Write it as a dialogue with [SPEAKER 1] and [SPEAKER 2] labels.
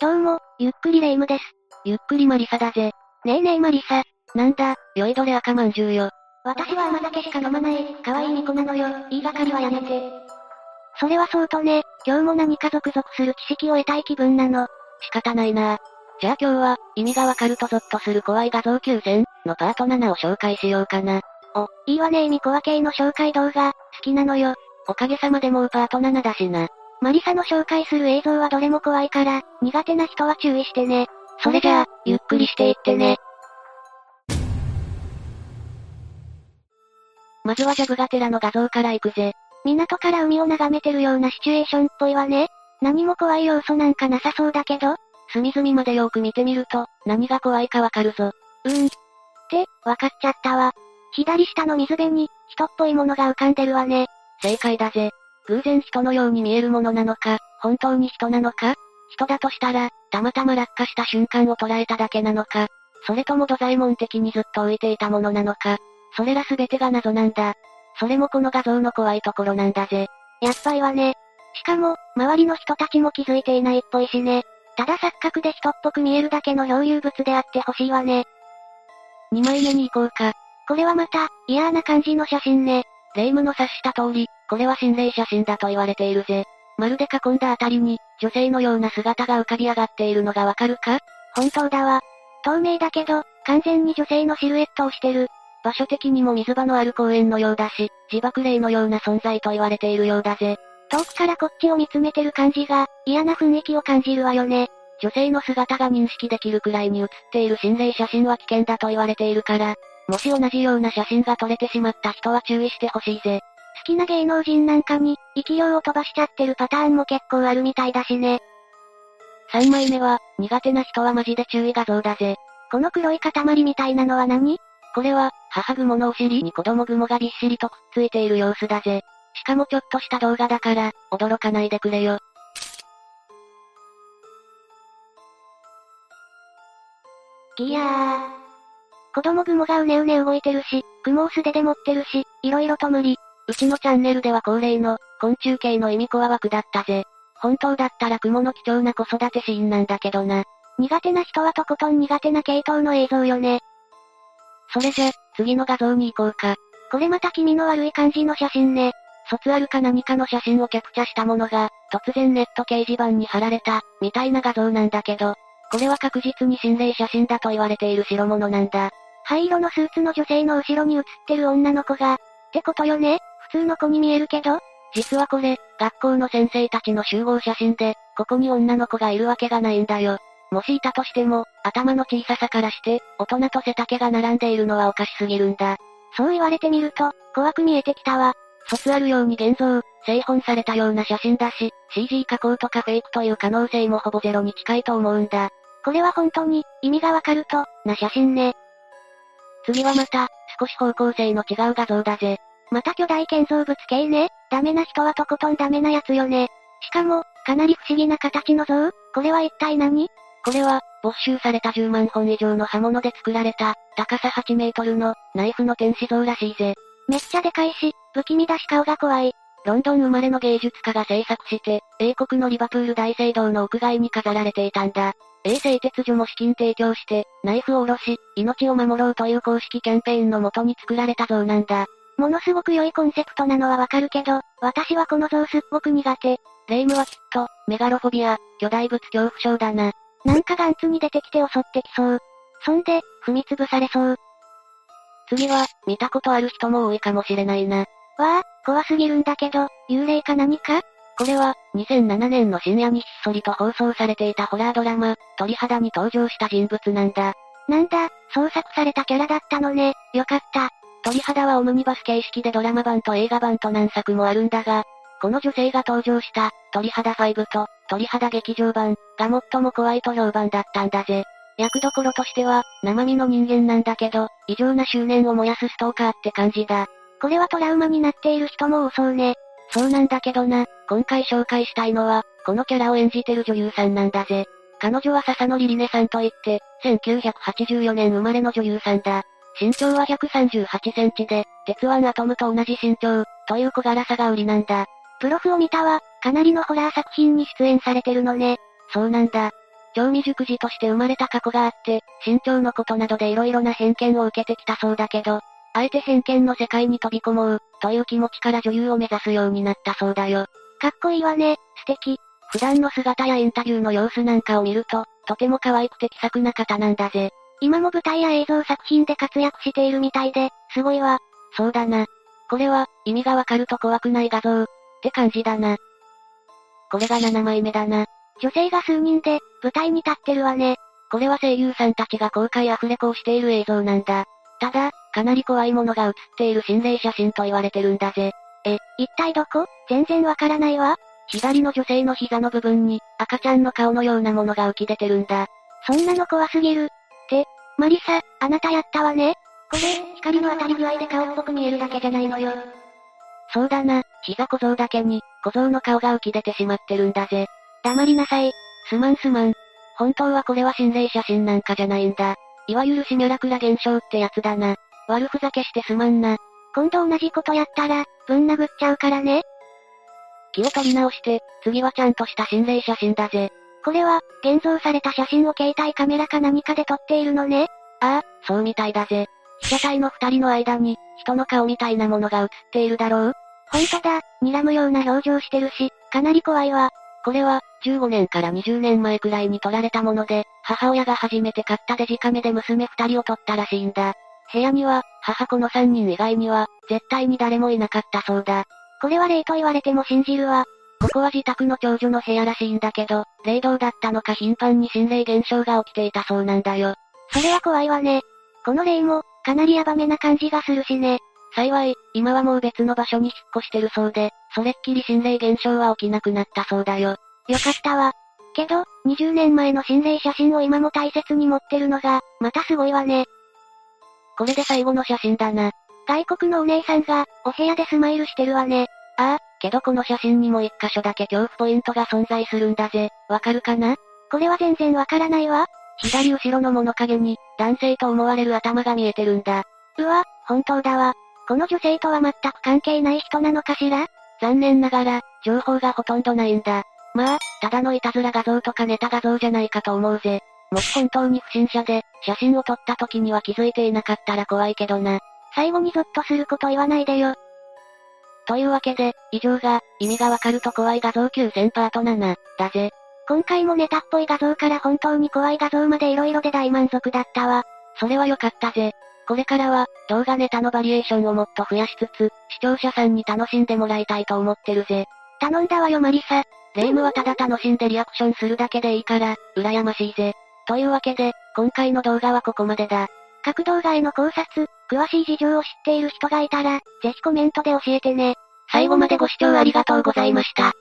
[SPEAKER 1] どうも、ゆっくりレ夢ムです。
[SPEAKER 2] ゆっくりマリサだぜ。
[SPEAKER 1] ねえねえマリサ。
[SPEAKER 2] なんだ、酔いどれ赤まんじゅうよ。
[SPEAKER 3] 私は甘酒しか飲まない、可愛い巫女なのよ、言いがかりはやめて。
[SPEAKER 1] それはそうとね、今日も何か続々する知識を得たい気分なの。
[SPEAKER 2] 仕方ないなじゃあ今日は、意味がわかるとゾッとする怖い画像9000のパート7を紹介しようかな。
[SPEAKER 1] お、いいわねえみこわ系の紹介動画、好きなのよ。
[SPEAKER 2] おかげさまでもうパート7だしな。
[SPEAKER 1] マリサの紹介する映像はどれも怖いから、苦手な人は注意してね。
[SPEAKER 2] それじゃあ、ゆっくりしていってね。まずはジャブが寺の画像から行くぜ。
[SPEAKER 1] 港から海を眺めてるようなシチュエーションっぽいわね。何も怖い要素なんかなさそうだけど、
[SPEAKER 2] 隅々までよく見てみると、何が怖いかわかるぞ。
[SPEAKER 1] うん。って、わかっちゃったわ。左下の水辺に、人っぽいものが浮かんでるわね。
[SPEAKER 2] 正解だぜ。偶然人のように見えるものなのか、本当に人なのか人だとしたら、たまたま落下した瞬間を捉えただけなのか、それとも土左衛門的にずっと浮いていたものなのか、それら全てが謎なんだ。それもこの画像の怖いところなんだぜ。
[SPEAKER 1] やっぱいわね。しかも、周りの人たちも気づいていないっぽいしね。ただ錯覚で人っぽく見えるだけの漂流物であってほしいわね。
[SPEAKER 2] 2枚目に行こうか。
[SPEAKER 1] これはまた、嫌な感じの写真ね。
[SPEAKER 2] 霊夢の察した通り、これは心霊写真だと言われているぜ。まるで囲んだあたりに、女性のような姿が浮かび上がっているのがわかるか
[SPEAKER 1] 本当だわ。透明だけど、完全に女性のシルエットをしてる。
[SPEAKER 2] 場所的にも水場のある公園のようだし、自爆霊のような存在と言われているようだぜ。
[SPEAKER 1] 遠くからこっちを見つめてる感じが、嫌な雰囲気を感じるわよね。
[SPEAKER 2] 女性の姿が認識できるくらいに写っている心霊写真は危険だと言われているから、もし同じような写真が撮れてしまった人は注意してほしいぜ。
[SPEAKER 1] 好きな芸能人なんかに、生き量を飛ばしちゃってるパターンも結構あるみたいだしね。
[SPEAKER 2] 3枚目は、苦手な人はマジで注意画像だぜ。
[SPEAKER 1] この黒い塊みたいなのは何
[SPEAKER 2] これは、母雲のお尻に子供雲がびっしりとくっついている様子だぜ。しかもちょっとした動画だから、驚かないでくれよ。
[SPEAKER 3] ギヤ
[SPEAKER 1] ー。子供雲がうねうね動いてるし、雲を素手で持ってるし、いろいろと無理。
[SPEAKER 2] うちのチャンネルでは恒例の、昆虫系の意味コア枠だったぜ。本当だったら雲の貴重な子育てシーンなんだけどな。
[SPEAKER 1] 苦手な人はとことん苦手な系統の映像よね。
[SPEAKER 2] それじゃ、次の画像に行こうか。
[SPEAKER 1] これまた気味の悪い感じの写真ね。
[SPEAKER 2] 卒アルか何かの写真をキャプチャしたものが、突然ネット掲示板に貼られた、みたいな画像なんだけど、これは確実に心霊写真だと言われている白物なんだ。
[SPEAKER 1] 灰色のスーツの女性の後ろに写ってる女の子が、ってことよね普通の子に見えるけど
[SPEAKER 2] 実はこれ、学校の先生たちの集合写真で、ここに女の子がいるわけがないんだよ。もしいたとしても、頭の小ささからして、大人と背丈が並んでいるのはおかしすぎるんだ。
[SPEAKER 1] そう言われてみると、怖く見えてきたわ。
[SPEAKER 2] 卒あるように現像、製本されたような写真だし、CG 加工とかフェイクという可能性もほぼゼロに近いと思うんだ。
[SPEAKER 1] これは本当に、意味がわかると、な写真ね。
[SPEAKER 2] 次はまた、少し方向性の違う画像だぜ。
[SPEAKER 1] また巨大建造物系ね、ダメな人はとことんダメなやつよね。しかも、かなり不思議な形の像これは一体何
[SPEAKER 2] これは、没収された10万本以上の刃物で作られた、高さ8メートルの、ナイフの天使像らしいぜ。
[SPEAKER 1] めっちゃでかいし、不気味だし顔が怖い。
[SPEAKER 2] ロンドン生まれの芸術家が制作して、英国のリバプール大聖堂の屋外に飾られていたんだ。衛生鉄所も資金提供して、ナイフを下ろし、命を守ろうという公式キャンペーンのもとに作られた像なんだ。
[SPEAKER 1] ものすごく良いコンセプトなのはわかるけど、私はこの像すっごく苦手。
[SPEAKER 2] 霊夢はきっと、メガロフォビア、巨大物恐怖症だな。
[SPEAKER 1] なんかガンツに出てきて襲ってきそう。そんで、踏みつぶされそう。
[SPEAKER 2] 次は、見たことある人も多いかもしれないな。
[SPEAKER 1] わあ、怖すぎるんだけど、幽霊か何か
[SPEAKER 2] これは、2007年の深夜にひっそりと放送されていたホラードラマ、鳥肌に登場した人物なんだ。
[SPEAKER 1] なんだ、創作されたキャラだったのね、よかった。
[SPEAKER 2] 鳥肌はオムニバス形式でドラマ版と映画版と何作もあるんだが、この女性が登場した、鳥肌5と、鳥肌劇場版、が最も怖いと評判だったんだぜ。役どころとしては、生身の人間なんだけど、異常な執念を燃やすストーカーって感じだ。
[SPEAKER 1] これはトラウマになっている人も多そうね。
[SPEAKER 2] そうなんだけどな、今回紹介したいのは、このキャラを演じてる女優さんなんだぜ。彼女は笹野リリネさんといって、1984年生まれの女優さんだ。身長は138センチで、鉄腕アトムと同じ身長、という小柄さが売りなんだ。
[SPEAKER 1] プロフを見たわ、かなりのホラー作品に出演されてるのね。
[SPEAKER 2] そうなんだ。超未熟児として生まれた過去があって、身長のことなどで色々な偏見を受けてきたそうだけど、あえて偏見の世界に飛び込もう、という気持ちから女優を目指すようになったそうだよ。
[SPEAKER 1] かっこいいわね、素敵。
[SPEAKER 2] 普段の姿やインタビューの様子なんかを見ると、とても可愛くて気さくな方なんだぜ。
[SPEAKER 1] 今も舞台や映像作品で活躍しているみたいで、すごいわ。
[SPEAKER 2] そうだな。これは、意味がわかると怖くない画像、って感じだな。これが7枚目だな。
[SPEAKER 1] 女性が数人で、舞台に立ってるわね。
[SPEAKER 2] これは声優さんたちが公開アフレコをしている映像なんだ。ただ、かなり怖いものが映っている心霊写真と言われてるんだぜ。
[SPEAKER 1] え、一体どこ全然わからないわ。
[SPEAKER 2] 左の女性の膝の部分に、赤ちゃんの顔のようなものが浮き出てるんだ。
[SPEAKER 1] そんなの怖すぎる。って、マリサ、あなたやったわね。
[SPEAKER 3] これ、光の当たり具合で顔っぽく見えるだけじゃないのよ。
[SPEAKER 2] そうだな、膝小僧だけに、小僧の顔が浮き出てしまってるんだぜ。
[SPEAKER 1] 黙りなさい。
[SPEAKER 2] すまんすまん。本当はこれは心霊写真なんかじゃないんだ。いわゆるシミュラクラ現象ってやつだな。悪ふざけしてすまんな。
[SPEAKER 1] 今度同じことやったら、ぶん殴っちゃうからね。
[SPEAKER 2] 気を取り直して、次はちゃんとした心霊写真だぜ。
[SPEAKER 1] これは、現像された写真を携帯カメラか何かで撮っているのね。
[SPEAKER 2] ああ、そうみたいだぜ。被写体の二人の間に、人の顔みたいなものが映っているだろう
[SPEAKER 1] ほんとだ、睨むような表情してるし、かなり怖いわ。
[SPEAKER 2] これは、15年から20年前くらいに撮られたもので、母親が初めて買ったデジカメで娘二人を撮ったらしいんだ。部屋には、母子の三人以外には、絶対に誰もいなかったそうだ。
[SPEAKER 1] これは霊と言われても信じるわ。
[SPEAKER 2] ここは自宅の長女の部屋らしいんだけど、霊道だったのか頻繁に心霊現象が起きていたそうなんだよ。
[SPEAKER 1] それは怖いわね。この霊も、かなりヤバめな感じがするしね。
[SPEAKER 2] 幸い、今はもう別の場所に引っ越してるそうで、それっきり心霊現象は起きなくなったそうだよ。
[SPEAKER 1] よかったわ。けど、20年前の心霊写真を今も大切に持ってるのが、またすごいわね。
[SPEAKER 2] これで最後の写真だな。
[SPEAKER 1] 外国のお姉さんが、お部屋でスマイルしてるわね。
[SPEAKER 2] ああ、けどこの写真にも一箇所だけ恐怖ポイントが存在するんだぜ。わかるかな
[SPEAKER 1] これは全然わからないわ。
[SPEAKER 2] 左後ろの物陰に、男性と思われる頭が見えてるんだ。
[SPEAKER 1] うわ、本当だわ。この女性とは全く関係ない人なのかしら
[SPEAKER 2] 残念ながら、情報がほとんどないんだ。まあ、ただのいたずら画像とかネタ画像じゃないかと思うぜ。もし本当に不審者で、写真を撮った時には気づいていなかったら怖いけどな。
[SPEAKER 1] 最後にゾッとすること言わないでよ。
[SPEAKER 2] というわけで、以上が、意味がわかると怖い画像9000パート7、だぜ。
[SPEAKER 1] 今回もネタっぽい画像から本当に怖い画像まで色々で大満足だったわ。
[SPEAKER 2] それは良かったぜ。これからは、動画ネタのバリエーションをもっと増やしつつ、視聴者さんに楽しんでもらいたいと思ってるぜ。
[SPEAKER 1] 頼んだわよマリサ。
[SPEAKER 2] 霊夢はただ楽しんでリアクションするだけでいいから、羨ましいぜ。というわけで、今回の動画はここまでだ。
[SPEAKER 1] 各動画への考察、詳しい事情を知っている人がいたら、ぜひコメントで教えてね。
[SPEAKER 2] 最後までご視聴ありがとうございました。